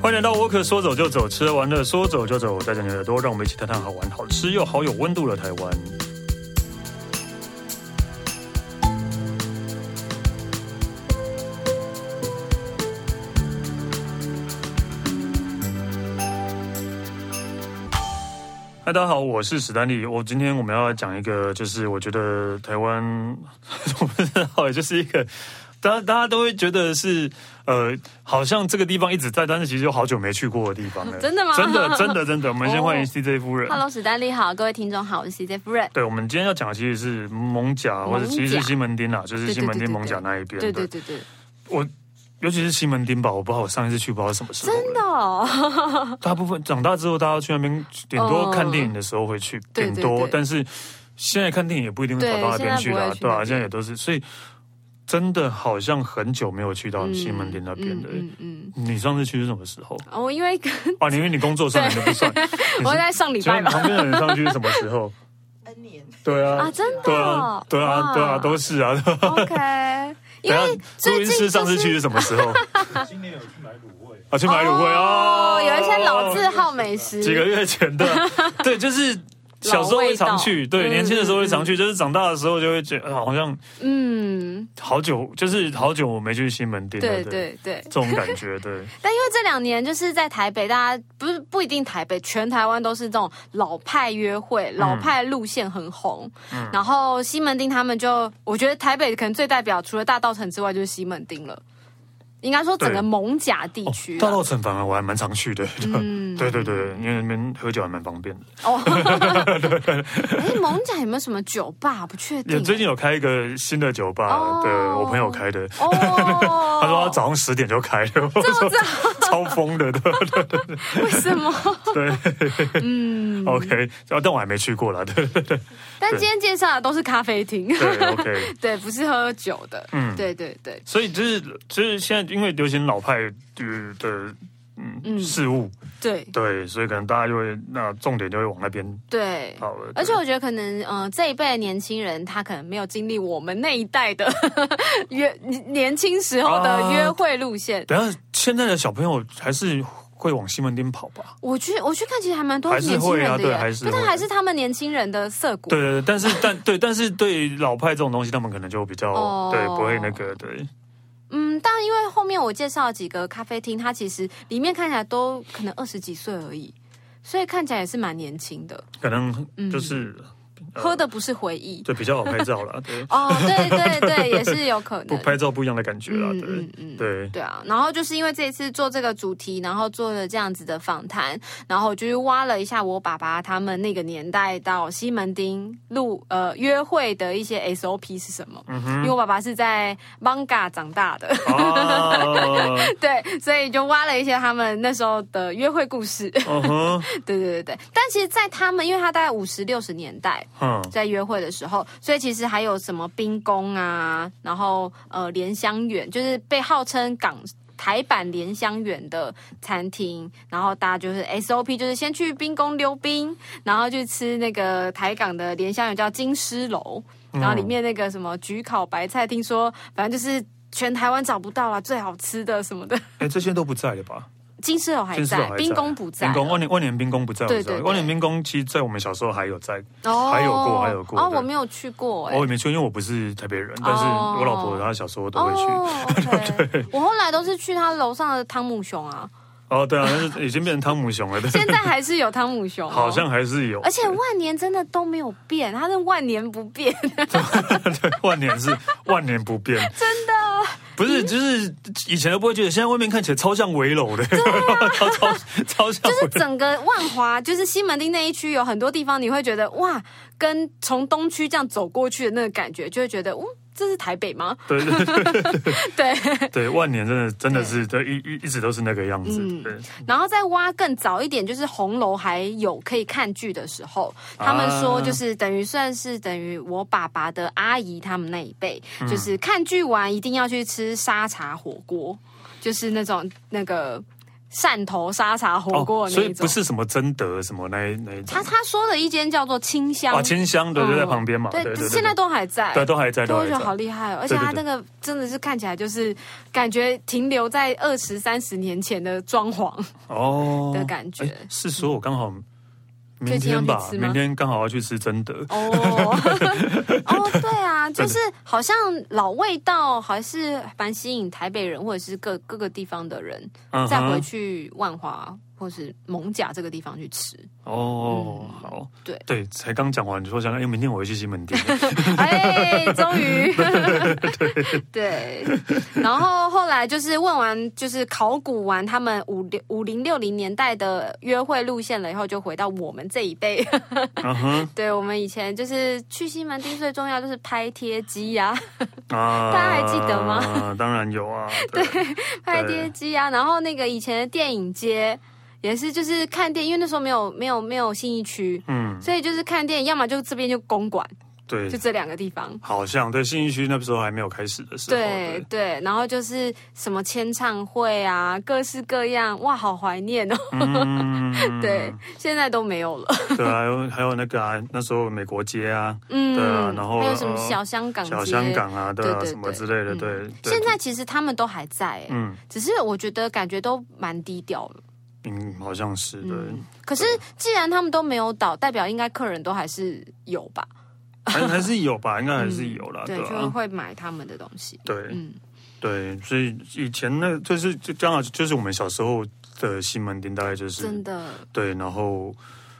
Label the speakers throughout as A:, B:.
A: 欢迎来到沃克，说走就走，吃完了说走就走，带着你的耳朵，让我们一起探探好玩、好吃又好有温度的台湾。嗨，大家好，我是史丹利。我今天我们要讲一个，就是我觉得台湾，我不知道，就是一个大家大家都会觉得是呃，好像这个地方一直在，但是其实有好久没去过的地方了。
B: 真的吗
A: 真的真的真的。我们先欢迎 CJ 夫人。
B: Hello，史丹利好，各位听众好，我是 CJ 夫人。
A: 对，我们今天要讲的其实是蒙甲，或者
B: 艋舺
A: 其实是西门町啦，就是
B: 对对
A: 西门町
B: 对对
A: 蒙甲那一边。
B: 对对，对对，
A: 我尤其是西门町吧，我不知道我上一次去不知道是什么时候了。
B: 真的哦，
A: 大部分长大之后，大家去那边顶多
B: 哦
A: 看电影的时候会去，
B: 对
A: 顶
B: 对
A: 多
B: 对，
A: 但是现在看电影也不一定会跑
B: 对
A: 到那边去啦，
B: 现在不会去
A: 对
B: 那
A: 啊，
B: 边
A: 现在也都是，所以真的好像很久没有去到西门町那边的。
B: 嗯嗯。嗯
A: 你上次去是什么时候？
B: 哦，因为跟
A: 啊，你因为你工作上你都不 算，你
B: 我
A: 是
B: 在上礼
A: 请
B: 拜
A: 问
B: 吧。
A: 旁边的人上去是什么 时候？
C: N 年，
A: 对啊
B: 啊，，真的
A: 对啊
B: 哦，，
A: 对啊，对啊，都是啊。对啊
B: 哇 OK。因
A: 等
B: 为
A: 一下，录
B: 最
A: 音
B: 近就
A: 师
B: 是
A: 上次去是什么时 候？
D: 今年有去买卤味，
A: 啊，去买卤味
B: 哦
A: 哦，，
B: 有一些老字号美 食，
A: 几个月前 的，对，就是小时候会常去，对，
B: 嗯
A: 年轻的时候会常去，就是长大的时候就会觉得呃好像
B: 嗯，
A: 好久，就是好久我没去西门町了，
B: 对对对。
A: 这种感觉， 对，
B: 但因为这两年就是在台北，大家不是不一定台北，全台湾都是这种老派约会、老
A: 嗯
B: 派路线很红。然后西门町他们就，我觉得台北可能最代表除了大道城之外就是西门町了，应该说整
A: 对哦
B: 个蒙甲地区
A: 大
B: 啊、
A: 稻城反而我还蛮常去的，
B: 嗯
A: 对对对对，因为那边喝酒还蛮方便的。
B: 哦，哎，蒙甲有没有什么酒吧？不确定
A: 也
B: 欸。
A: 最近有开一个新的酒吧，
B: 哦
A: 对我朋友开的，
B: 哦，
A: 他说他早上十点就开了，我说 超疯的，对对对
B: 为什么？
A: 对，嗯，OK，啊但我还没去过啦，对对对
B: 但今天介绍的都是咖啡厅，
A: 对，OK。
B: 对，不是喝酒的。
A: 嗯
B: 嗯，对对对，
A: 所以就是就是现在因为流行老派的的嗯
B: 嗯
A: 事物，
B: 对
A: 对，所以可能大家就会那重点就会往那边
B: 对。
A: 跑了。对
B: 而且我觉得可能，嗯、这一辈的年轻人他可能没有经历我们那一代的 约年轻时候
A: 啊
B: 的约会路线。
A: 等一下现在的小朋友还是会往西门町跑吧？
B: 我去我去看，其实还蛮多
A: 还是
B: 年轻
A: 会
B: 人
A: 啊
B: 的耶，
A: 对还是
B: 但
A: 会
B: 他还是他们年轻人的涩谷。
A: 对对对，但是但对，但是对老派这种东西，他们可能就比较、
B: 哦
A: 对不会那个对
B: 嗯，但因为后面我介绍了几个咖啡厅，它其实里面看起来都可能二十几岁而已，所以看起来也是蛮年轻的。
A: 可能就是、
B: 嗯
A: 呃
B: 喝的不是回忆
A: 对比较好拍照啦，对，
B: 哦，对对对，也是有可
A: 不
B: 能。
A: 拍照不一样的感觉啦，对、
B: 嗯嗯
A: 对。
B: 对啊，然后就是因为这一次做这个主题，然后做了这样子的访谈，然后我就去挖了一下我爸爸他们那个年代到西门町路呃约会的一些 SOP 是什么。因为我爸爸是在 Manga 长大的，
A: 啊，
B: 对，所以就挖了一些他们那时候的约会故事。
A: 嗯哼，
B: 对对对对，但其实，在他们，因为他大概五十六十年代，
A: 嗯，
B: 在约会的时候，所以其实还有什么冰宫啊，然后呃莲香园，就是被号称港台版莲香园的餐厅，然后大家就是 SOP 就是先去冰宫溜冰，然后去吃那个台港的莲香园叫金狮楼，然后里面那个什么焗烤白菜，听说反正就是全台湾找不到啦，最好吃的什么的，
A: 哎、这些都不在了吧？
B: 金狮楼还
A: 金丝
B: 在
A: 龙，还
B: 冰宫不在了，
A: 冰宫万年万年冰宫不在，我
B: 对
A: 知道
B: 对对
A: 万年冰宫其实在我们小时候还有在，
B: 哦
A: 还有过还有过
B: 哦，
A: 对
B: 我没有去过、哎。
A: 我也没去，因为我不是台北人，但是我老婆她小时候都会去。
B: 哦 OK 我后来都是去他楼上的汤姆熊啊，
A: 哦，对啊，但是已经变成汤姆熊了，对，
B: 现在还是有汤姆熊 哦、
A: 好像还是有，
B: 而且万年真的都没有变，它是万年不 变。
A: 对万年是万年不变，真的。不是，就是以前都不会觉得，现在外面看起来超像围楼的， 超超超像
B: 啊就是
A: 围
B: 整个万华，就是西门町那一区，有很多地方你会觉得哇，跟从东区这样走过去的那个感觉，就会觉得，嗯，这是台 北吗？
A: 对对对
B: 对。
A: 对，万年真的真的是，对一一一直都是那个样子，
B: 嗯
A: 对，
B: 然后再挖更早一点，就是红楼还有可以看剧的时候，他
A: 啊
B: 们说就是等于算是等于我爸爸的阿姨他们那一辈，
A: 嗯
B: 就是看剧完一定要去吃沙茶火锅，就是那种那个。汕头沙茶火锅
A: 哦
B: 的
A: 所
B: 那
A: 以
B: 一
A: 不
B: 种。
A: 是什么真德什么那一那一种
B: 他他说的一间叫做清香，嗯
A: 啊，清香的就在旁边嘛，对
B: 对
A: 对对，
B: 现在都还在。
A: 对都还在，
B: 对，
A: 都
B: 我
A: 还
B: 觉得好
A: 在。
B: 厉害哦！而且
A: 对对
B: 他那
A: 对
B: 个真的是看起来就是感觉停留在二十三十年前的装潢，
A: 哦
B: 的感觉嗯
A: 哎是说我刚好明
B: 最近要
A: 天
B: 去
A: 吧，
B: 吃吗
A: 明天刚好要去吃真德。
B: 哦，哦，对 啊，就是好像老味道还是蛮吸引台北人或者是各各个地方的人，
A: 嗯
B: 再回
A: 哼
B: 去万华或是蒙甲这个地方去吃。
A: 哦，好，
B: 嗯对
A: 对，才刚讲完，你说想，哎，明天我要去西门 町，
B: 哎，终于， 对，然后后来就是问完，就是考古完他们五六五零六零年代的约会路线了以后，就回到我们这一辈。
A: 嗯哼
B: 对我们以前就是去西门町最重要就是拍贴机呀、
A: 啊，
B: 大家还记得吗？
A: 当然有 啊，对，
B: 拍贴机啊，然后那个以前的电影街也是，就是看电影，因为那时候没有没有没有信义区，
A: 嗯，
B: 所以就是看电影，要么就这边就公馆，
A: 对
B: 就，这两个地方。
A: 好像对信义区那时候还没有开始的时候，
B: 对
A: 对，
B: 对，然后就是什么签唱会啊，各式各样，哇，好怀念哦。
A: 嗯
B: 对，现在都没有了。
A: 对啊，还有还有那个啊，那时候美国街啊，
B: 嗯，
A: 对啊然后
B: 还有什么
A: 呃
B: 小香港街、
A: 小香港啊，对
B: 对
A: 啊，
B: 对
A: 什么之类的，
B: 嗯
A: 对，对
B: 现在其实他们都还在、欸，
A: 嗯
B: 只是我觉得感觉都蛮低调了。
A: 嗯，好像是对，
B: 可是既然他们都没有倒，代表应该客人都还是有吧？
A: 还还是有吧，应该还是有啦，
B: 嗯对，就
A: 啊，
B: 会买他们的东西。
A: 对
B: 嗯，
A: 对，所以以前那就是就刚好就是我们小时候的西门町，大概就是
B: 真的，
A: 对，然后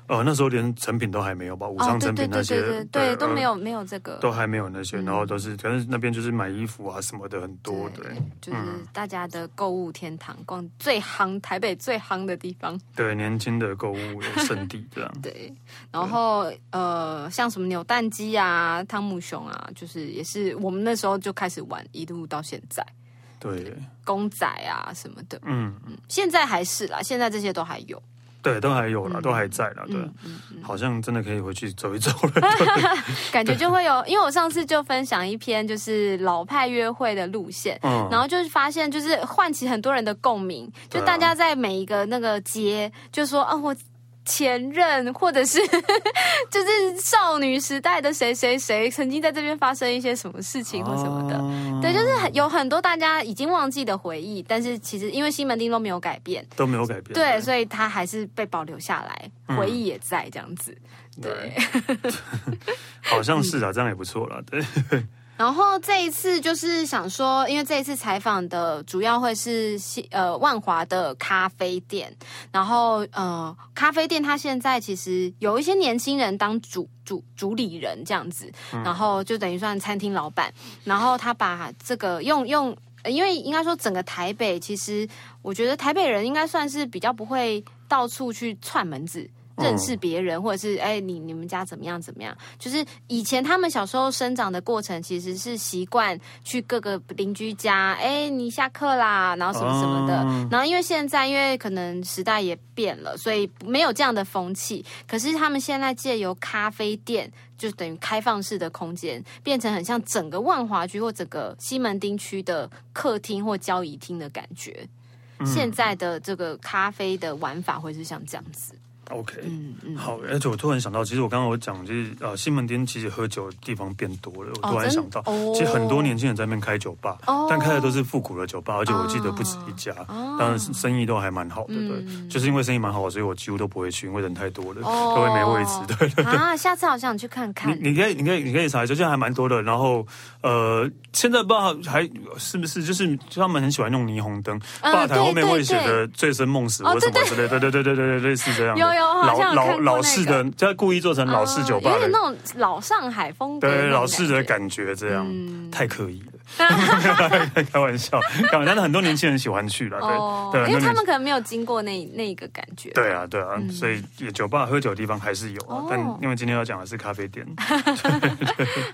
A: 呃那时候连成品都还没有吧，五
B: 哦，
A: 常
B: 对
A: 成
B: 对
A: 品那
B: 对
A: 些
B: 对对对，都没。
A: 呃
B: 有没有这个，
A: 都还没有那些，
B: 嗯
A: 然后都是，可是那边就是买衣服啊什么的很嗯多，对
B: 就是大家的购物天堂，逛最夯台北最夯的地方，。
A: 对，年轻的购物的圣地这样
B: 对。然后呃，像什么扭蛋机啊、汤姆熊啊，就是也是我们那时候就开始玩，一路到现在，
A: 对，
B: 公仔啊什么的，
A: 嗯，
B: 现在还是啦，现在这些都还 有。
A: 对，都还有啦，
B: 嗯
A: 都还在啦，对
B: 嗯，嗯嗯，
A: 好像真的可以回去走一走 了。
B: 感觉就会有，因为我上次就分享一篇就是老派约会的路线，
A: 嗯，
B: 然后就是发现，就是唤起很多人的共鸣，
A: 对
B: 就
A: 啊
B: 大家在每一个那个街，就说啊，我前任或者是 就是少女时代的谁谁谁，曾经在这边发生一些什么事情或什么的。
A: 的
B: 对，就是很有很多大家已经忘记的回忆，但是其实因为西门町都没有改变，
A: 都没有改变。
B: 对，所以它还是被保留下来，
A: 嗯
B: 回忆也在这样子。对
A: 对， 好像是啊，这样也不错啦。对，
B: 嗯然后这一次就是想说，因为这一次采访的主要会是西呃万华的咖啡店，然后呃咖啡店它现在其实有一些年轻人当主主主理人这样子，然后就等于算餐厅老板，然后他把这个用用。呃因为应该说，整个台北其实，我觉得台北人应该算是比较不会到处去串门子，
A: 嗯
B: 认识别人，或者是哎、你你们家怎么样怎么样？就是以前他们小时候生长的过程，其实是习惯去各个邻居家，哎、你下课啦，然后什么什么的。
A: 哦
B: 然后因为现在因为可能时代也变了，所以没有这样的风气。可是他们现在借由咖啡店，就等于开放式的空间，变成很像整个万华区或整个西门町区的客厅或交易厅的感觉。
A: 嗯
B: 现在的这个咖啡的玩法会是像这样子，
A: OK，
B: 嗯嗯。
A: 好，而且我突然想到，其实我刚刚有讲，就是呃，西门町其实喝酒的地方变多了。我突然想到，
B: 哦
A: 其实很多年轻人在那边开酒吧，
B: 哦
A: 但开的都是复古的酒吧，而且我记得不止一家，当然是生意都还蛮好的。对，就是因为生意蛮好，所以我几乎都不会去，因为人太多了，
B: 嗯哦
A: 都会没位置。对，
B: 啊，下次好想去看看。
A: 你你可以你可以你可以查一下，现在还蛮多的。然后呃，现在不知道还是不是，就是他们很喜欢用霓虹灯，
B: 嗯
A: 吧台后面会写
B: 对对
A: 的“醉生梦死”
B: 哦
A: 或什么之类，对对对对对对，类似这样的。
B: 有有我好
A: 老
B: 像有看
A: 老
B: 过
A: 老
B: 那
A: 式
B: 个
A: 的，他故意做成老式酒吧
B: 啊有
A: 的
B: 点，那种老上海风格，
A: 对老式的。感觉这样，
B: 嗯
A: 太刻 意了。开玩笑，开玩笑，但是很多年轻人喜欢去了，
B: 哦，
A: 对对，
B: 因
A: 很
B: 为
A: 多
B: 他
A: 年
B: 们可能没有经过那那个感觉。
A: 对啊，对啊，所以也酒吧喝酒的地方还是有啊
B: 哦，
A: 但因为今天要讲的是咖啡店，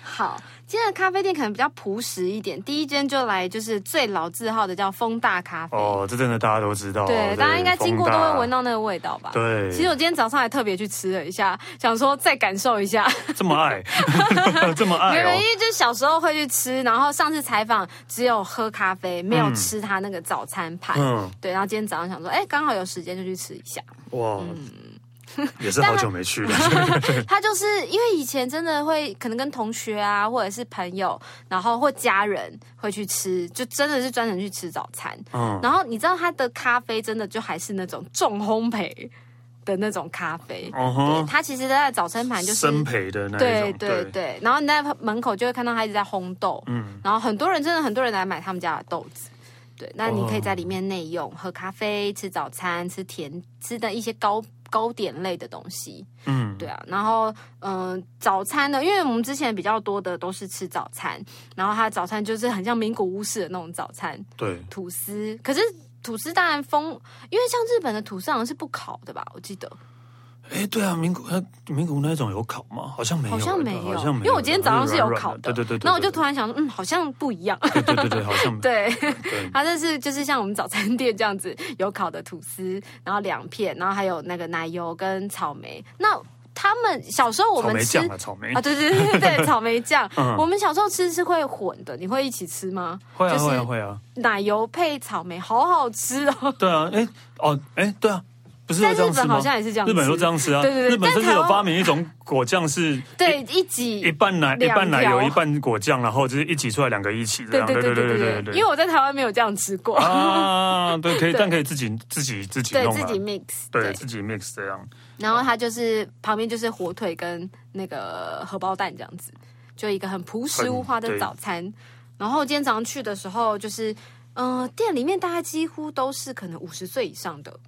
B: 好，今天的咖啡店可能比较朴实一点。第一间就来就是最老字号的叫风大咖啡，
A: 哦，这真的大家都知道，
B: 对，大家应该经过都会闻
A: 到。
B: 到那个味道吧？。
A: 对，
B: 其实我今天早上还特别去吃了一下，想说再感受一下。
A: 这么爱，这么
B: 没
A: 爱
B: 有，
A: 哦
B: 因。为就小时候会去吃，然后上次采访只有喝咖啡，没有
A: 嗯
B: 吃他那个早餐盘。
A: 嗯，
B: 对，然后今天早上想说，哎，刚好有时间就去吃一 下。
A: 哇，
B: 嗯
A: 也是好久没去了，
B: 他就是因为以前真的会可能跟同学啊，或者是朋友，然后或家人会去吃，就真的是专程去吃早餐。
A: 嗯，
B: 然后你知道他的咖啡真的就还是那种重烘焙的那种咖啡，
A: 哦
B: 对，
A: 吼，
B: 他其实他的早餐盘就是
A: 生培的那一
B: 对
A: 种，
B: 对对，然后你在门口就会看到他一直在烘豆，
A: 嗯，
B: 然后很多人真的很多人来买他们家的豆子。对，那你
A: 哦
B: 可以在里面内用，喝咖啡、吃早餐、吃甜吃的一些糕糕点类的东西。
A: 嗯，
B: 对啊，然后嗯、呃早餐呢，因为我们之前比较多的都是吃早餐，然后它的早餐就是很像名古屋式的那种早餐，
A: 对，
B: 吐司。可是吐司当然风，因为像日本的吐司好像是不烤的吧？我记得
A: 哎，对啊，名古呃名古屋那种有烤吗？好像没有，
B: 好像没有，
A: 好像没有，
B: 因为我今天早上是有烤的，
A: 对对对，
B: 那我就突然想说，嗯，好像不一 样。
A: 对对对对，好像
B: 对，
A: 对，
B: 它这是就是像我们早餐店这样子，有烤的吐司，然后两片，然后还有那个奶油跟草莓。那他们小时候我
A: 草
B: 们
A: 莓
B: 吃
A: 酱啊，草莓
B: 啊，，对对对 对，草莓酱。
A: 嗯
B: 我们小时候吃是会混的，你会一起吃吗？
A: 会啊
B: 就是
A: 会啊会啊，
B: 奶油配草莓，好好吃哦。
A: 对啊，哎哦哎对啊，不是
B: 在
A: 都这
B: 日
A: 样吃
B: 本
A: 吗
B: 好？像也是这样吃，
A: 日本都这样吃啊，
B: 对对对
A: 日本甚至
B: 但台
A: 有
B: 湾
A: 发明一种果酱是
B: 对，一
A: 一
B: 起。
A: 半奶一
B: 两条
A: 半奶油一半果酱，然后就是一起出来两个一起这
B: 对
A: 样，
B: 对对对对对，因为我在台湾没有这样吃过，
A: 啊，对，可以，
B: 对
A: 但可以自己自己自己
B: 对
A: 弄
B: 自
A: 啊
B: 己 mix，
A: 对自己 mix 这样，
B: 然后它就是旁边就是火腿跟那个荷包蛋这样子，就一个很朴实无华的
A: 很
B: 早餐。然后今天早上去的时候，就是呃，店里面大家几乎都是可能五十岁以上的，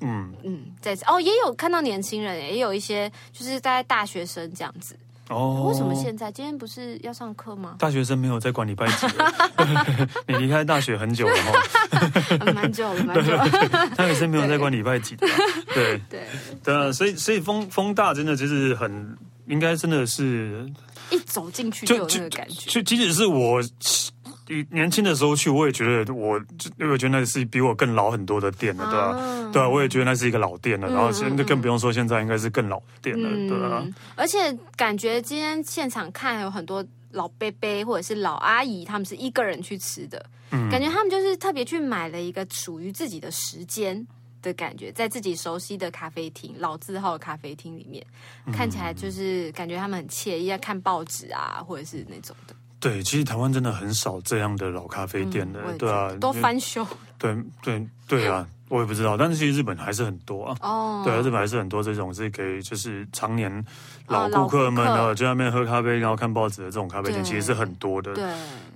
A: 嗯，
B: 嗯，在哦也有看到年轻人，也有一些就是大概大学生这样子。
A: 哦，？
B: 为什么现在今天不是要上课吗
A: 大学生没有在管礼拜几了？ 你离开大学很久了哈，
B: 啊蛮久了，蛮久了。
A: 大学生没有在管礼拜几的 啊，对
B: 对，
A: 对啊，所以所以风风大真的就是很。应该真的是，
B: 一走进去就有那个感觉。
A: 就即使是我年轻的时候去，我也觉得我，我觉得那是比我更老很多的店了，对吧、
B: 啊
A: 对啊，我也觉得那是一个老店了，
B: 嗯
A: 然后现在更不用说现在应该是更老的店了，对啊，
B: 嗯，而且感觉今天现场看有很多老伯伯或者是老阿姨，他们是一个人去吃的，
A: 嗯
B: 感觉他们就是特别去买了一个属于自己的时间。的感觉，在自己熟悉的咖啡厅、老字号的咖啡厅里面，
A: 嗯
B: 看起来就是感觉他们很惬意，在看报纸啊，或者是那种的，
A: 对，其实台湾真的很少这样的老咖啡店的，
B: 嗯我也
A: 对
B: 觉
A: 啊
B: 得，都
A: 因为
B: 翻修
A: 对对对 啊，我也不知道，但是其实日本还是很多啊。
B: 哦。
A: 对啊，日本还是很多这种是给就是常年
B: 哦
A: 老顾客们
B: 老顾客
A: 呢，就在那边喝咖啡，然后看报纸的这种咖啡店，
B: 对
A: 其实是很多的。
B: 对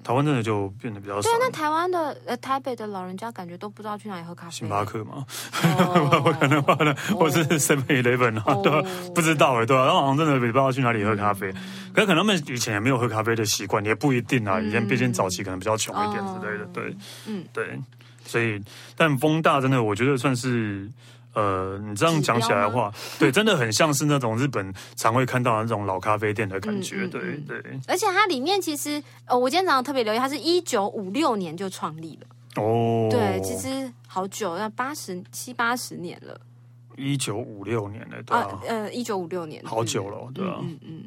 A: 台湾真的就变得比较少
B: 对啊，。那台湾的呃台北的老人家感觉都不知道去哪里喝咖啡，
A: 星巴克嘛，
B: 哦，我可能
A: 我呢，或是 Seven Eleven 啊，对啊
B: 哦，
A: 不知道哎，对啊，然后好像真的也不知道去哪里喝咖啡，
B: 嗯
A: 可是可能他们以前也没有喝咖啡的习惯，也不一定啊。以前毕竟早期可能比较穷一点之类的
B: 嗯哦，
A: 对，
B: 嗯
A: 对，所以但风大真的，我觉得算是。呃，你这样讲起来的话，对，真的很像是那种日本常会看到的那种老咖啡店的感觉，
B: 嗯嗯嗯
A: 对对，
B: 而且它里面其实，呃，我今天早上特别留意，它是一九五六年就创立了，
A: 哦，
B: 对，其实好久，那八十七八十年了
A: 一九五六年的，对啊，
B: 呃，一九五六年，
A: 好久了，对啊，
B: 嗯嗯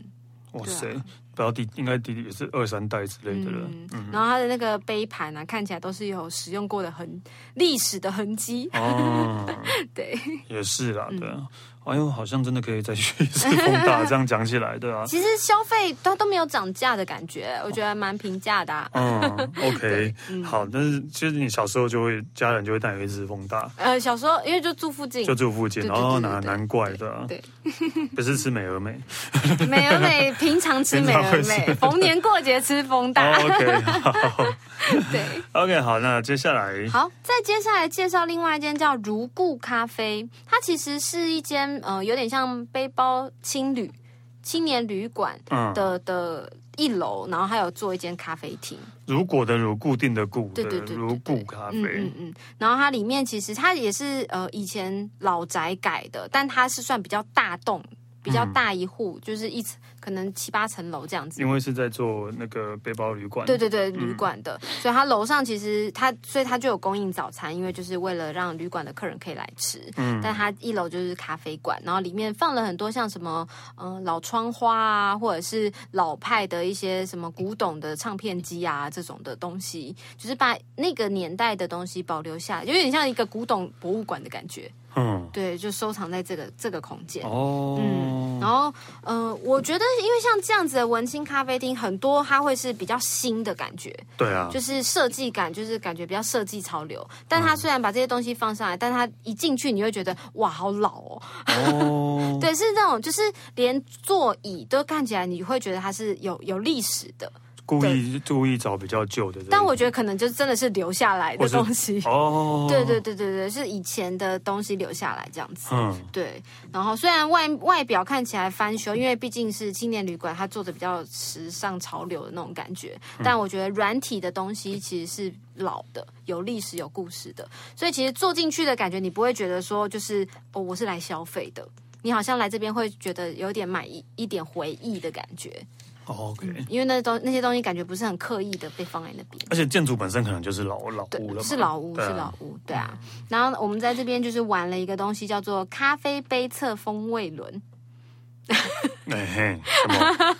A: 哇
B: 对啊
A: 塞，不要弟，应该弟弟也是二三代之类的了，
B: 嗯嗯，然后它的那个杯盘啊，看起来都是有使用过的痕历史的痕迹，
A: 哦，
B: 对，嗯
A: 也是啦，对啊，哎呦，好像真的可以再去一次风大，这样讲起来， 对啊，
B: 其实消费它都没有涨价的感觉，我觉得蛮平价的、啊。
A: 嗯，OK，好，但是其实你小时候就会，家人就会带你去吃风大，
B: 呃，小时候因为就住附近
A: 就，住附近，
B: 对对
A: 然
B: 对
A: 后
B: 对
A: 难
B: 对
A: 难怪的啊，
B: 对，
A: 不是吃美而 美。哦
B: 美而美平常吃美而
A: 平常
B: 美，逢年过节吃风
A: 哦
B: 大，
A: OK，好
B: 对。
A: ，OK，好，那接下来，
B: 好，再接下来介绍另外一间叫如故咖啡，它其实是一间呃有点像背包青旅、青年旅馆
A: 嗯，
B: 的的一楼，然后还有做一间咖啡厅。
A: 如果的如固定的固，
B: 对对对对
A: 如固咖
B: 嗯
A: 啡
B: 嗯，嗯，然后它里面其实它也是呃以
A: 嗯
B: 前老宅改的，但它是算比较大栋。比较大一户，就是一层，可可能七八层楼这样子。
A: 因为是在做那个背包旅馆，
B: 对对对，旅馆的，所以它楼上其实它，所以它就有供应早餐，因为就是为了让旅馆的客人可以来吃。
A: 嗯
B: 但它一楼就是咖啡馆，然后里面放了很多像什么，嗯、老窗花啊，或者是老派的一些什么古董的唱片机啊这种的东西，就是把那个年代的东西保留下来，有点像一个古董博物馆的感觉。
A: 嗯，
B: 对，就收藏在这个这个空间。
A: 哦，
B: 嗯，然后呃，我觉得因为像这样子的文青咖啡厅，很多它会是比较新的感觉，
A: 对啊，嗯
B: 就是设计感，就是感觉比较设计潮流。但它虽然把这些东西放上来，但它一进去你会觉得哇，好老哦。
A: 嗯哦，
B: 对，是那种就是连座椅都看起来你会觉得它是有有历史的，
A: 故意故意找比较旧的这种，
B: 但我觉得可能就真的是留下来的
A: 或是
B: 东西。
A: 哦，
B: 对对，对对对，是以前的东西留下来这样子。
A: 嗯，
B: 对，然后虽然外外表看起来翻修，因为毕竟是青年旅馆，它做的比较时尚潮流的那种感觉，
A: 嗯
B: 但我觉得软体的东西其实是老的，有历史、有故事的，所以其实坐进去的感觉，你不会觉得说就是哦，我是来消费的。你好像来这边会觉得有点买一一点回忆的感觉，
A: 哦，OK，
B: 因为那东那些东西感觉不是很刻意的被放在那边。
A: 而且建筑本身可能就是老老屋了嘛，
B: 对，是老屋，
A: 对啊嗯
B: 是老屋，对啊。然后我们在这边就是玩了一个东西，叫做咖啡杯测风味轮。
A: 哎嘿，什么？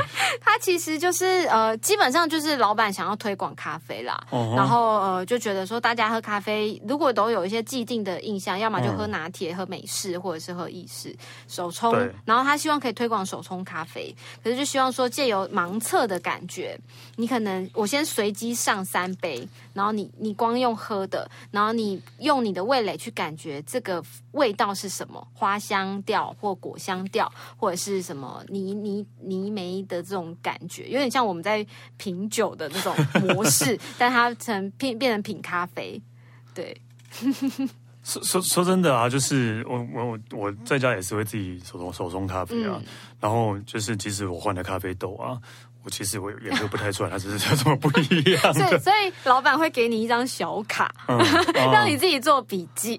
B: 它其实就是呃，基本上就是老板想要推广咖啡啦，
A: 哦
B: 然后呃就觉得说大家喝咖啡如果都有一些既定的印象，要么就喝拿铁、喝美式，或者是喝意式手冲
A: 对。
B: 然后他希望可以推广手冲咖啡，可是就希望说借由盲测的感觉，你可能我先随机上三杯，然后你你光用喝的，然后你用你的味蕾去感觉这个味道是什么，花香调或果香调，或者是什么泥泥泥煤的这种感觉，有点像我们在品酒的那种模式，但它成变变成品咖啡，对，
A: 说说说真的啊，就是我我我我在家也是会自己手冲手冲咖啡啊，
B: 嗯
A: 然后就是即使我换了咖啡豆啊，我其实我也喝不太出来，它只是有什么不一样
B: 所以
A: 的，
B: 所以老板会给你一张小卡，
A: 嗯，
B: 让你自己做笔记。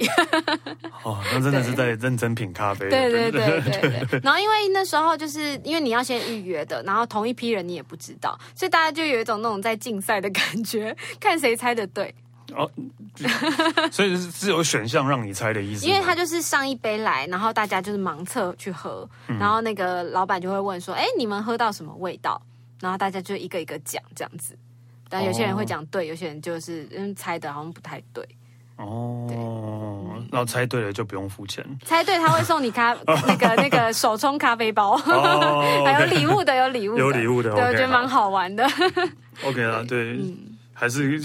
A: 哦，那真的是在认真品咖啡，
B: 对对 对对对。然后因为那时候就是因为你要先预约的，然后同一批人你也不知道，所以大家就有一种那种在竞赛的感觉， 看谁猜的对。
A: 哦，所以是是有选项让你猜的意思吗，
B: 因为他就是上一杯来，然后大家就是盲测去喝，
A: 嗯
B: 然后那个老板就会问说：“哎，你们喝到什么味道？”然后大家就一个一个讲这样子。但有些人会讲对，有些人就是嗯猜的好像不太对，
A: 哦，然后猜对了就不用付 钱，
B: 猜对他会送 你咖那个那个手冲咖啡包，
A: 哦
B: 还有礼物的有礼物的
A: 有礼物的
B: 对我
A: OK，
B: 觉得蛮好玩的。
A: OK 啊，对，
B: 嗯
A: 还是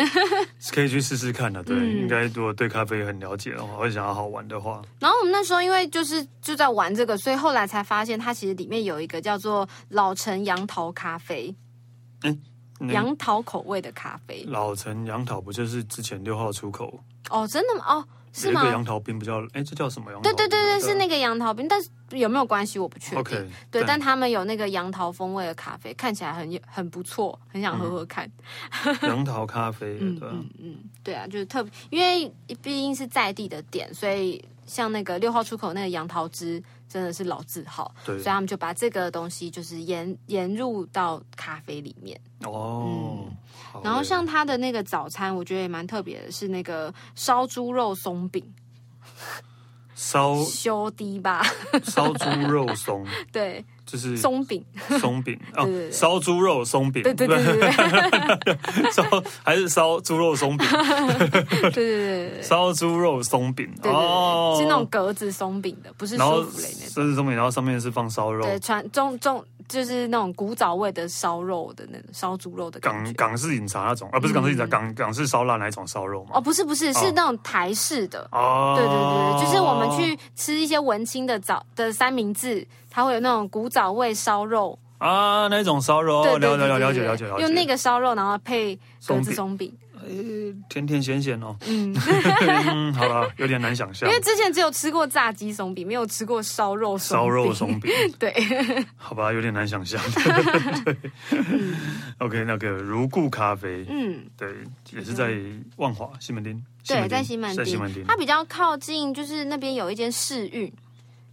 A: 可以去试试看的。对，
B: 嗯
A: 应该如果对咖啡很了解的话，会想要好玩的话，
B: 然后我们那时候因为就是就在玩这个，所以后来才发现它其实里面有一个叫做老陈杨桃咖啡，
A: 那
B: 杨桃口味的咖啡。
A: 老陈杨桃不就是之前六号出口
B: 哦，真的吗？哦，
A: 有
B: 是
A: 一
B: 吗
A: 个？杨桃冰，不叫哎，这叫什么杨桃
B: 对
A: 冰？
B: 对对对，是
A: 啊
B: 那个杨桃冰，但是有没有关系我不确定。
A: OK，
B: 对，但他们有那个杨桃风味的咖啡，看起来很很不错，很想喝喝看。
A: 杨桃咖啡，
B: 嗯
A: 对啊，
B: 嗯嗯，对啊，就是特别，因为毕竟是在地的店，所以像那个六号出口那个杨桃汁真的是老字号，所
A: 对
B: 以他们就把这个东西就是延延入到咖啡里面。
A: 哦。好
B: 嗯然后
A: 嘞
B: 像它的那个早餐，我觉得也蛮特别的，是那个烧猪肉松饼，
A: 烧
B: 修低吧，
A: 烧猪肉松，
B: 对，
A: 就是
B: 松饼，
A: 松饼啊
B: 对对，对
A: 烧猪肉松饼，
B: 对对对对对对
A: 烧还是 烧猪肉松饼，
B: 对对对对。
A: 烧猪肉松饼
B: 对对对，是那种格子松饼的，不是
A: 哦然后
B: 舒芙蕾那种。
A: 这是松饼，然后上面是放烧肉，
B: 对，传中中就是那种古早味的烧肉的那种烧猪肉的感
A: 港
B: 觉。
A: 港式饮茶那种，啊，不是港式饮茶，港港式烧腊那一种烧肉
B: 嗯哦，
A: 嘛。
B: 不是不是，
A: 哦
B: 是那种台式的。
A: 哦
B: 对对对，就是我们去吃一些文青的早的三明治，它会有那种古早味烧肉。
A: 啊那种烧肉，
B: 对
A: 了
B: 对
A: 了
B: 对
A: 了
B: 对
A: 了解
B: 对
A: 了解了解，
B: 用那个烧肉，然后配格子松饼。
A: 呃甜甜咸咸哦，
B: 嗯，
A: 嗯，好了，有点难想象
B: 因为，之前只有吃过炸鸡松饼，没有吃过烧肉松饼
A: 烧肉。松饼，
B: 对，
A: 好吧，有点难想 象。OK，那个如故咖啡，
B: 嗯。
A: 对，也是在万华西门町，
B: 对，在西
A: 西
B: 门
A: 在西门
B: 町
A: 町，
B: 它比较靠近，就是那边有一间试运，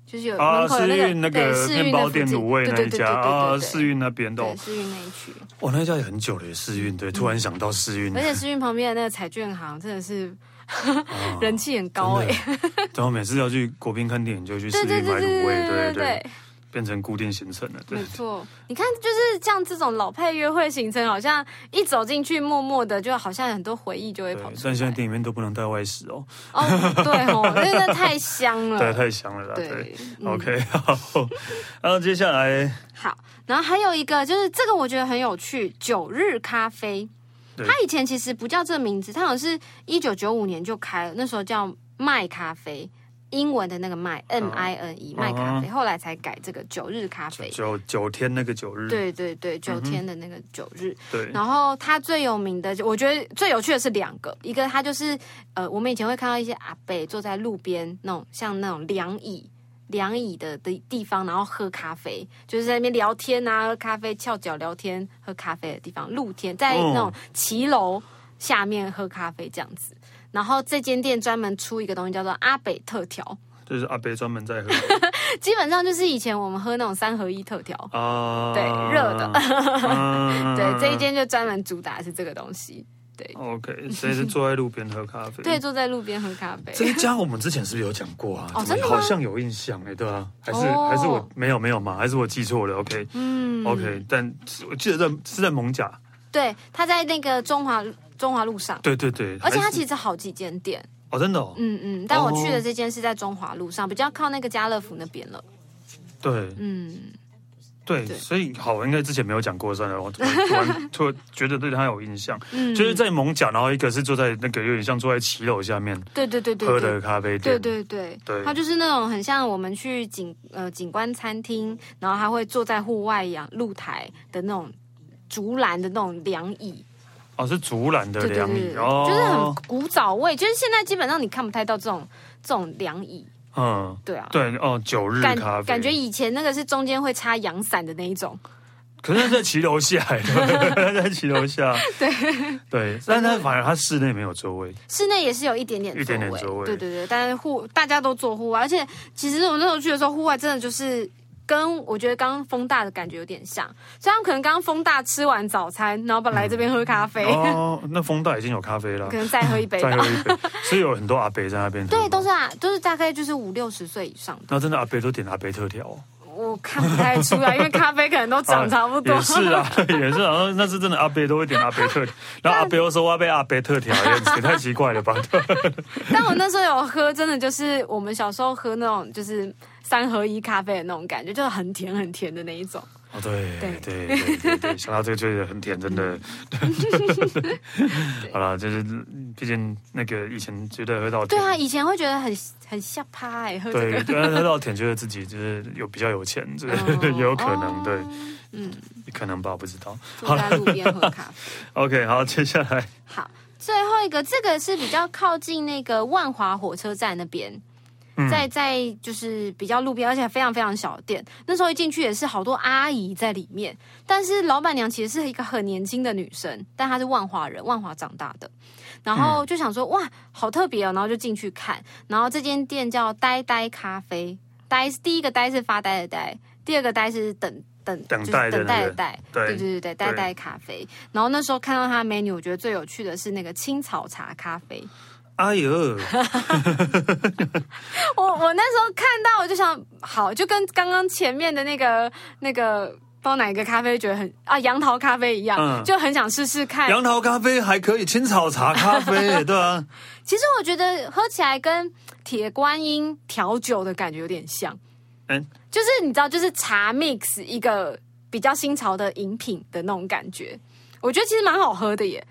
B: 就是有
A: 啊，
B: 门口
A: 世
B: 有那个
A: 运那
B: 对
A: 个
B: 世
A: 面
B: 运的
A: 包
B: 附
A: 店
B: 近
A: 卤味
B: 对
A: 那
B: 对
A: 一
B: 对
A: 家啊，
B: 对对
A: 世
B: 对
A: 运那边的哦
B: 对，世运那一区，
A: 哇，那一家也很久了耶，世运对，突然想到世运
B: 而，且世运旁边的那个彩券行真的是
A: 啊
B: 人气很高哎、
A: 真的然后每次要去国宾看电影，就去世
B: 对
A: 运
B: 对对
A: 买
B: 对
A: 卤味，
B: 对
A: 对
B: 嗯
A: 对，变成固定行程了，对
B: 没。错。你看，就是像这种老派约会行程，好像一走进去，默默的就好像很多回忆就会
A: 对
B: 跑出来。
A: 但现在电影院都不能带外食哦，
B: 哦，对哦， 因为那太香了。
A: 对，太香了啦。
B: 对
A: 对
B: 嗯
A: ，OK，好。 然后接下来，
B: 好，然后还有一个就是这个我觉得很有趣，九日咖啡。
A: 对
B: 它以前其实不叫这名字，它好像是一九九五年就开了，那时候叫麦咖啡，英文的那个
A: 啊
B: 麦 M I N E 麦咖啡，后来才改这个九日咖啡。
A: 九嗯九天那个九日，
B: 对对对，九天的那个九日，
A: 对
B: 然后它最有名的，我觉得最有趣的是两个，一个它就是呃，我们以前会看到一些阿伯坐在路边那种像那种凉椅。凉椅的的地方，然后喝咖啡，就是在那边聊天啊，喝咖啡，翘脚聊天，喝咖啡的地方，露天，在那种骑楼下面喝咖啡这样子。然后这间店专门出一个东西叫做阿北特调，
A: 就是阿北专门 在喝
B: 基本上就是以前我们喝那种三合一特调，
A: 啊，
B: 对热的
A: 嗯
B: 啊对，这一间就专门主打的是这个东西，
A: 啊 OK，所以是坐在路边喝咖啡。
B: 对，，坐在路边喝咖啡。
A: 这一家我们之前是不是有讲过啊？
B: 哦
A: 怎
B: 真的
A: 么
B: 吗
A: 好像有印象哎，对啊，还是
B: 哦
A: 还是我没有没有嘛，还是我记错了？OK
B: 嗯
A: OK，但是我记得在是在蒙甲，
B: 对，他在那个中华中华路上，
A: 对对对，
B: 而且
A: 还
B: 他
A: 是
B: 其实好几间店，
A: 哦真的哦，
B: 嗯嗯，但我去的这间是在中华路上，比较靠那个家乐福那边了，
A: 对
B: 嗯，
A: 对，
B: 对
A: 所以好，应该之前没有讲过算了，我突 然突然突然觉得对他有印象，
B: 嗯
A: 就是在蒙甲，然后一个是坐在那个有点像坐在骑楼下面
B: 对对对对
A: 喝
B: 对
A: 的。咖啡
B: 对
A: 店，
B: 对对，
A: 对
B: 它就是那种很像我们去景呃景观餐厅，然后他会坐在户外阳露台的那种竹篮的那种凉椅，
A: 哦是竹篮的
B: 对对
A: 凉
B: 对，
A: 椅，
B: 对
A: 哦，
B: 就是很古早味，就是现在基本上你看不太到这种这种凉椅，
A: 嗯。
B: 对啊，
A: 对哦，九日
B: 感
A: 咖啡
B: 感觉以前那个是中间会插阳伞的那一种，
A: 可是在骑楼下，在骑楼 下，对对，但他反而他室内没有座位，
B: 室内也是有一点点
A: 一点点座位
B: 对对对，但是户大家都做户外，而且其实我那时候去的时候，户外真的就是跟我觉得刚刚风大的感觉有点像，虽然可能刚刚风大吃完早餐，然后本来这边喝咖啡，
A: 哦，那风大已经有咖啡了
B: 可，能再喝一杯
A: 再喝
B: 吧。
A: 一杯，所以有很多阿伯在那边喝
B: 对，都是啊，都是大概就是五六十岁以上的，
A: 那真的阿伯都点阿伯特调哦，
B: 我看不太出来，因为咖啡可能都长差不 多。
A: 也是啊，也是啊，那是真的阿伯都会点阿伯特，然后阿伯又说我要被阿伯特调，也也太奇怪了吧？
B: 但我那时候有喝，真的就是我们小时候喝那种就是三合一咖啡的那种感觉，就是很甜很甜的那一种。
A: 哦，对
B: 对
A: 对对对对，想到这个就觉得很甜，真的。
B: 嗯
A: 好了，就是毕竟那个以前觉得喝到
B: 对
A: 甜，
B: 啊，以前会觉得很很下趴哎、喝这
A: 对，
B: 个。
A: 对，啊喝到甜觉得自己就是有比较有钱，这个、
B: 哦
A: 也有可能，
B: 哦
A: 对，
B: 嗯，
A: 可能吧，不知道。
B: 坐在路边喝咖啡。
A: OK，好，接下 来
B: 好，最后一个这个是比较靠近那个万华火车站那边，
A: 嗯
B: 在在就是比较路边，而且非常非常小的店。那时候一进去也是好多阿姨在里面，但是老板娘其实是一个很年轻的女生，但她是万华人，万华长大的。然后就想说哇，好特别哦，然后就进去看。然后这间店叫呆呆咖啡，呆第一个呆是发呆的呆，第二个呆是等等
A: 等
B: 就是
A: 待的
B: 等待
A: 那
B: 的
A: 个
B: 待，
A: 对
B: 对对对对，呆呆咖啡。然后那时候看到它的 menu，我觉得最有趣的是那个青草茶咖啡。
A: 哎呦，
B: 我我那时候看到我就想，好，就跟刚刚前面的那个那个不知道哪一个咖啡觉得很啊杨桃咖啡一样，
A: 嗯
B: 就很想试试看。
A: 杨桃咖啡还可以，青草茶咖啡，对啊，
B: 其实我觉得喝起来跟铁观音调酒的感觉有点像，
A: 嗯
B: 就是你知道，就是茶 mix 一个比较新潮的饮品的那种感觉，我觉得其实蛮好喝的耶。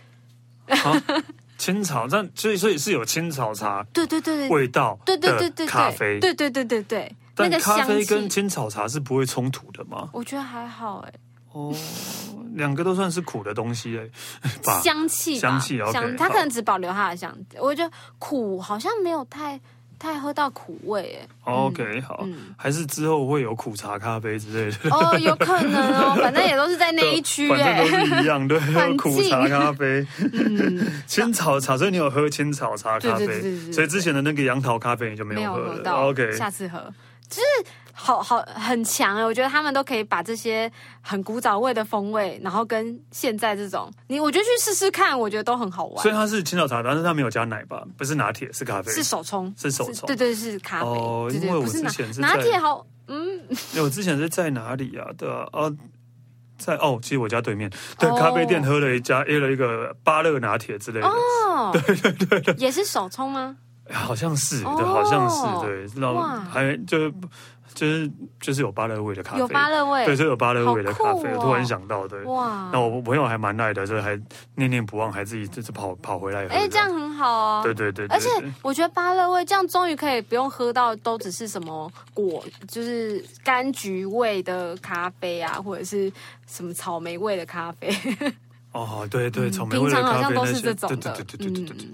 A: 青草，但所以所以是有青草茶
B: 对对对对
A: 味道
B: 嗯对对对
A: 的
B: 对，
A: 咖啡，
B: 对对对对对，那
A: 但
B: 个
A: 咖
B: 香
A: 啡跟
B: 气，
A: 青草茶是不会冲突的嘛？
B: 我觉得还好哎。
A: 哦，两个都算是苦的东西哎， 吧？
B: 香气吧，
A: 香气，OK，好
B: 它可能只保留它的香，我觉得苦好像没有太太喝到苦味，哎，
A: OK，好，
B: 嗯
A: 还是之后会有苦茶咖啡之类的，
B: 哦，有可能哦，反正也都是在那一区，
A: 反正
B: 哎
A: 都，是一样， 对，
B: 很
A: 苦
B: 近
A: 茶咖 啡， 青草茶，所以你有喝青草茶咖啡，
B: 嗯对对对对对
A: 所以之前的那个杨桃咖啡你就没
B: 没
A: 有
B: 有
A: 喝
B: 喝
A: 了
B: 到
A: OK，
B: 下次喝。好好很强哎、我觉得他们都可以把这些很古早味的风味，然后跟现在这种，你我觉得去试试看，我觉得都很好玩
A: 所以。它是青草茶，但是它没有加奶吧？不是拿铁，是咖啡。
B: 是手冲，
A: 是手冲
B: 对对是咖啡，
A: 哦
B: 对对
A: 因为我
B: 不是拿
A: 之前是
B: 拿
A: 在
B: 铁好，嗯，
A: 因哎为我之前是在哪里啊？对啊，啊，在哦，其实我家对面对
B: 哦
A: 咖啡店喝了一家，喝了一个芭乐拿铁之类的，
B: 哦，对对对，也是手冲吗？
A: 好像是，
B: 哦
A: 对，好像是，对，然后
B: 哇
A: 还就就是就是有芭乐味的咖啡，
B: 有芭乐味，
A: 对，是有芭乐味的咖啡，
B: 好酷哦
A: 我突然想到，对。
B: 哇，
A: 那我朋友还蛮耐的，就是还念念不忘，还自己就是跑跑回来喝。
B: 哎，这样，很好啊。
A: 对对对，对
B: 而且
A: 对
B: 我觉得芭乐味这样终于可以不用喝到都只是什么果，就是柑橘味的咖啡啊，或者是什么草莓味的咖啡。
A: 哦，对对，草莓
B: 平
A: 味的
B: 常好
A: 咖
B: 像
A: 啡
B: 都
A: 那
B: 是
A: 些，
B: 这种
A: 对对对
B: 的
A: 对，对对对对，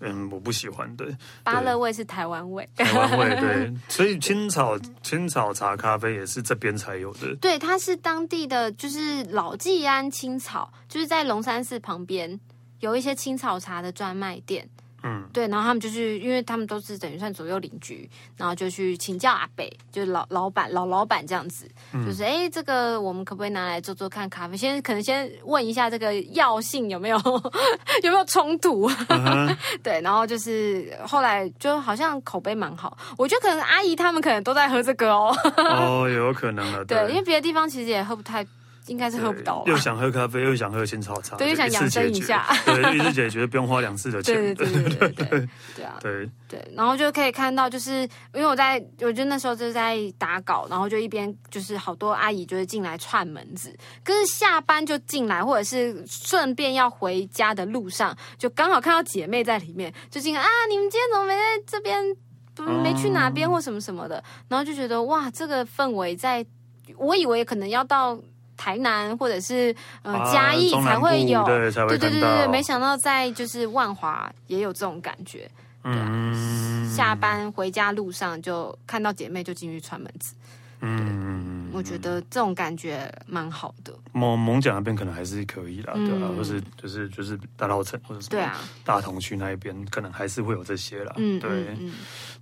B: 嗯，
A: 嗯，我不喜欢，对。
B: 芭乐味是台湾味。
A: 台湾味，对，所以青草青草茶咖啡也是这边才有的。
B: 对，它是当地的，就是老季安青草，就是在龙山寺旁边有一些青草茶的专卖店。
A: 嗯，
B: 对，然后他们就是因为他们都是等于算左右邻居，然后就去请教阿北，就是老老板老老板这样子，就是哎，诶这个我们可不可以拿来做做看咖啡？先可能先问一下这个药性有没 有有没有冲突？ 对，然后就是后来就好像口碑蛮好，我觉得可能阿姨他们可能都在喝这个哦，
A: 哦，有可能了，
B: 对，因为别的地方其实也喝不太，应该是喝不到
A: 对又
B: 啦。
A: 想喝咖啡，又想喝青草茶，
B: 对
A: 就
B: 又想养生一下
A: 次解决， 对，一次解决不用花两次的钱，
B: 对对对对对对对对啊！
A: 对
B: 对，然后就可以看到，就是因为我在，我就那时候就是在打稿，然后就一边就是好多阿姨就是进来串门子，可是下班就进来，或者是顺便要回家的路上，就刚好看到姐妹在里面，就进来啊，你们今天怎么没在这边，不没去哪
A: 哦
B: 边或什么什么的，然后就觉得哇，这个氛围在，我以为可能要到台南或者是呃
A: 啊
B: 嘉义
A: 中南
B: 才会
A: 部
B: 有，
A: 对才会
B: 对对
A: 看
B: 对
A: 到
B: 对，没想到在就是万华也有这种感觉。
A: 嗯
B: 下班回家路上就看到姐妹就进去串门子，
A: 嗯，
B: 我觉得这种感觉蛮好的。
A: 蒙蒙奖那边可能还是可以啦，
B: 嗯
A: 对啊，或是就是就是大稻城或者什么
B: 对啊，
A: 大同区那一边，可能还是会有这些啦，
B: 嗯
A: 对
B: 嗯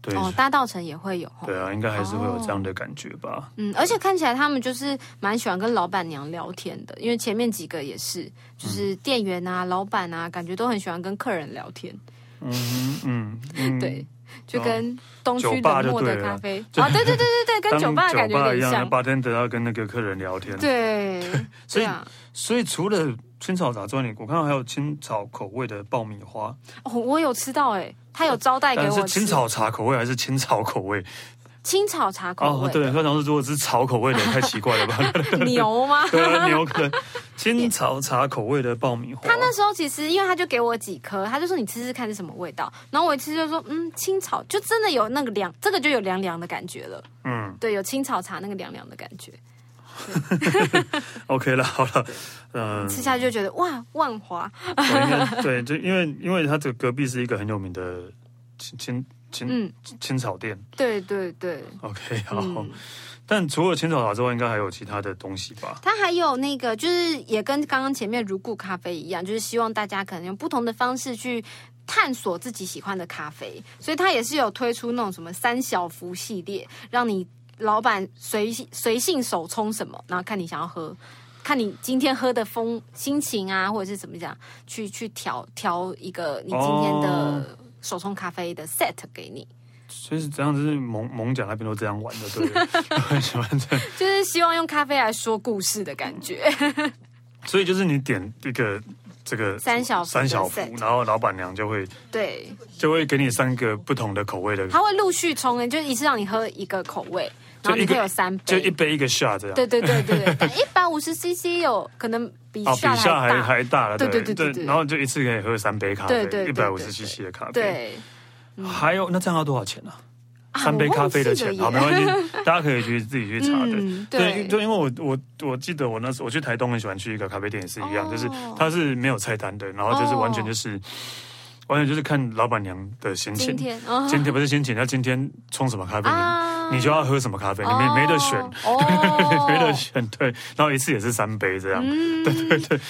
A: 对
B: 嗯，哦，大道城也会有，
A: 对啊，应该还是会有这样的感觉吧，
B: 嗯，而且看起来他们就是蛮喜欢跟老板娘聊天的，因为前面几个也是，就是店员啊、老板啊，感觉都很喜欢跟客人聊天，
A: 嗯嗯嗯，
B: 哦对，就
A: 哦
B: 跟东区
A: 酒吧就
B: 冷漠
A: 对
B: 的
A: 了
B: 咖啡啊，对对对对对，跟
A: 当
B: 酒吧的感觉有
A: 一
B: 点
A: 样
B: 像，
A: ，bartender 要跟那个客人聊天。，
B: 对，
A: 所以
B: 对啊，
A: 所以除了青草炸之外，你我看到还有青草口味的爆米花，
B: 哦，我有吃到哎，他有招待给
A: 但
B: 我
A: 是
B: 吃
A: 青草茶口味还是青草口味？哦
B: 青草茶口味
A: 对，
B: 的
A: 通常是如果是草口味的，太奇怪了吧？
B: 牛吗？
A: 对啊，牛可能青草茶口味的爆米花，
B: 他那时候其实，因为他就给我几颗，他就说你吃吃看是什么味道，然后我一吃就说，嗯，青草，就真的有那个凉，这个就有凉凉的感觉了，
A: 嗯
B: 对，有青草茶那个凉凉的感觉，
A: ，OK 了，好了，嗯、
B: 吃下去就觉得哇，万华，
A: 我应该对，就因为因为它这隔壁是一个很有名的青青青
B: 嗯，
A: 青草店
B: 对对对，
A: ，OK，好。
B: 嗯
A: 但除了青草茶之外，应该还有其他的东西吧？
B: 它还有那个，就是也跟刚刚前面如故咖啡一样，就是希望大家可能用不同的方式去探索自己喜欢的咖啡，所以它也是有推出那种什么三小福系列，让你老板随性随性手冲什么，然后看你想要喝。 看你今天喝的风心情啊，或者是怎么讲，去去调调一个你今天
A: 哦
B: 的手冲咖啡的 set 给你，
A: 所以是这样，就是蒙蒙甲那边都这样玩的， 对了，我很喜欢这样。
B: 就是希望用咖啡来说故事的感觉。
A: 所以就是你点一个这个
B: 三小福的
A: 三小福
B: set，
A: 然后老板娘就会
B: 对，
A: 就会给你三个不同的口味的，
B: 它会陆续冲，欸就一次让你喝一个口味，然后
A: 就一
B: 你
A: 个
B: 会有三
A: 就一
B: 杯。
A: 杯一个下这样。
B: 对对对 对对，但一百五十 CC 有可能比
A: 哦，比
B: 下
A: 下还
B: 还大。
A: 还大了，
B: 对对对对对
A: 然后就一次可以喝三杯咖啡
B: 对，对
A: 一
B: 对
A: 百
B: 对
A: 五十
B: 对
A: CC 的咖啡。，
B: 对，
A: 还有那这样要多少钱呢、
B: 嗯啊
A: 三杯咖啡的
B: 我
A: 钱，啊
B: 忘记了耶
A: 好，没关系，大家可以去自 己去查的。
B: 嗯
A: 对，
B: 对
A: 就因为我我我记得我那时候我去台东很喜欢去一个咖啡店也是一样，
B: 哦
A: 就是它是没有菜单的，然后就是
B: 哦
A: 完全就是、完全就是看老板娘的心情
B: 今。天啊
A: 今天不是心情，她今天冲什么咖啡？
B: 啊，
A: 你就要喝什么咖啡，你没
B: 哦
A: 没得选，
B: 哦
A: 没得选，对，然后一次也是三杯这样，
B: 嗯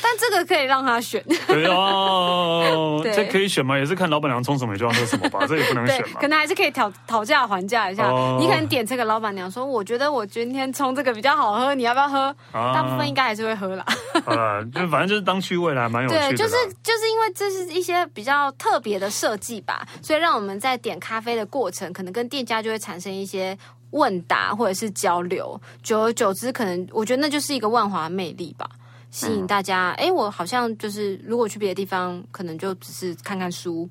B: 但这个可以让他选，，
A: 对哦
B: 对
A: 这可以选吗？也是看老板娘冲什么，你就要喝什么吧，这也不能
B: 对
A: 选，嘛
B: 可。能还是可以讨讨价还价一下。
A: 哦
B: 你可能点这个，老板娘说，我觉得我今天冲这个比较好喝，你要不要喝？
A: 啊
B: 大部分应该还是会喝啦。
A: 好啦，呃就反正就是当趣味啦， 蛮有趣的啦。
B: 对，就是就是因为这是一些比较特别的设计吧，所以让我们在点咖啡的过程，可能跟店家就会产生一些问答或者是交流。久而久之，可能我觉得那就是一个万华的魅力吧。吸
A: 嗯
B: 引大家，哎、我好像就是，如果去别的地方，可能就只是看看书、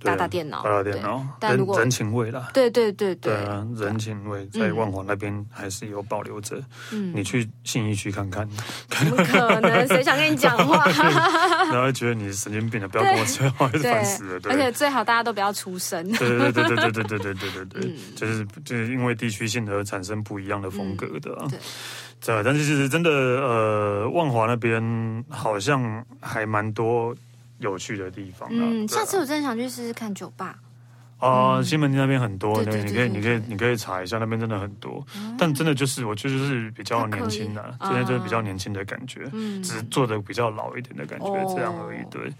A: 对
B: 打打电脑、
A: 打打电脑
B: 对，但如
A: 人
B: 果
A: 人情味啦。
B: 对对对对
A: 对啊，人情味在万华那边还是有保留着。
B: 嗯
A: 你去信义区看看，
B: 怎么可能？谁想跟你讲 话？
A: 然后觉得你是神经病了，不要跟我说话，还是
B: 对
A: 烦死了。，对
B: 而，且最好大家都不要出声。
A: 对对啊对对对对对对对对对对，
B: 嗯
A: 就是就是因为地区性而产生不一样的风格的啊
B: 嗯对。
A: 对，但是其实真的，呃，万华那边好像还蛮多有趣的地方啊。
B: 嗯，
A: 对啊
B: 下次我真的想去试试看酒吧。
A: 啊，西门町那边很多，
B: 对
A: 对，
B: 对嗯对
A: 你可以，
B: 对哦
A: 你可以，你可以查一下，那边真的很多。但真的就是，我觉得就是比较年轻的，
B: 那可
A: 真
B: 以
A: 的就是比较年轻的感觉，
B: 啊嗯
A: 只是做的比较老一点的感
B: 哦
A: 觉，这样而已。对，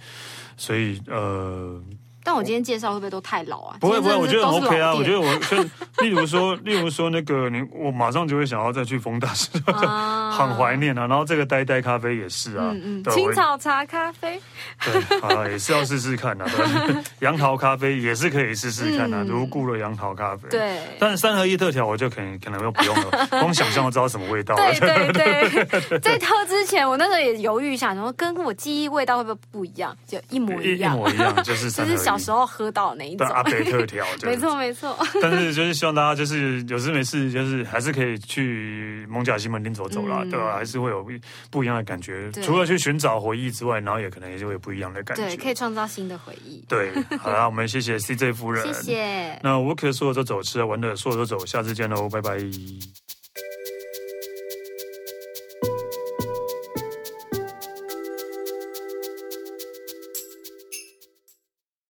A: 所以呃，
B: 但我今天介绍会不会都太老啊？
A: 不会不会，我
B: 今
A: 觉得
B: 天真
A: 很
B: 的是都是
A: OK 啊。
B: 老
A: 我觉
B: 店
A: 得我就例如说， 例如说那个你，我马上就会想要再去丰大，
B: 啊
A: 很怀。念啊。然后这个呆呆咖啡也是啊，
B: 嗯嗯，
A: 对
B: 青
A: 我
B: 草茶咖啡，
A: 对， 好了，也是要试试看啊。对 杨桃咖啡也是可以试试看啊
B: 嗯，
A: 如故的杨桃咖啡。。
B: 对。
A: 但三合一特调我就可能可能又不用了，光想象就知道什么味道了。
B: 对 对 对，在喝之前，我那时候也犹豫一下，然后跟我记忆味道会不会不一样，就一模
A: 一
B: 一
A: 一
B: 样，啊
A: 模一样，就是
B: 就
A: 三合一。
B: 是小时候喝到的那一
A: 对
B: 种。
A: 阿 北特调，就是
B: 没错没错，
A: 但是就是希望大家就是有事没事，就是还是可以去蒙甲西门町走走啦，
B: 嗯
A: 对吧、啊还是会有不不一样的感觉。
B: 对
A: 除了去寻找回忆之外，然后也可能也就会有不一样的感觉。
B: 对，可以创造新的回忆。
A: 对好啦，我们谢谢 CJ 夫人，
B: 谢。谢。
A: 啊那我可说走就走，吃的玩的说走就走，下次见喽，拜拜。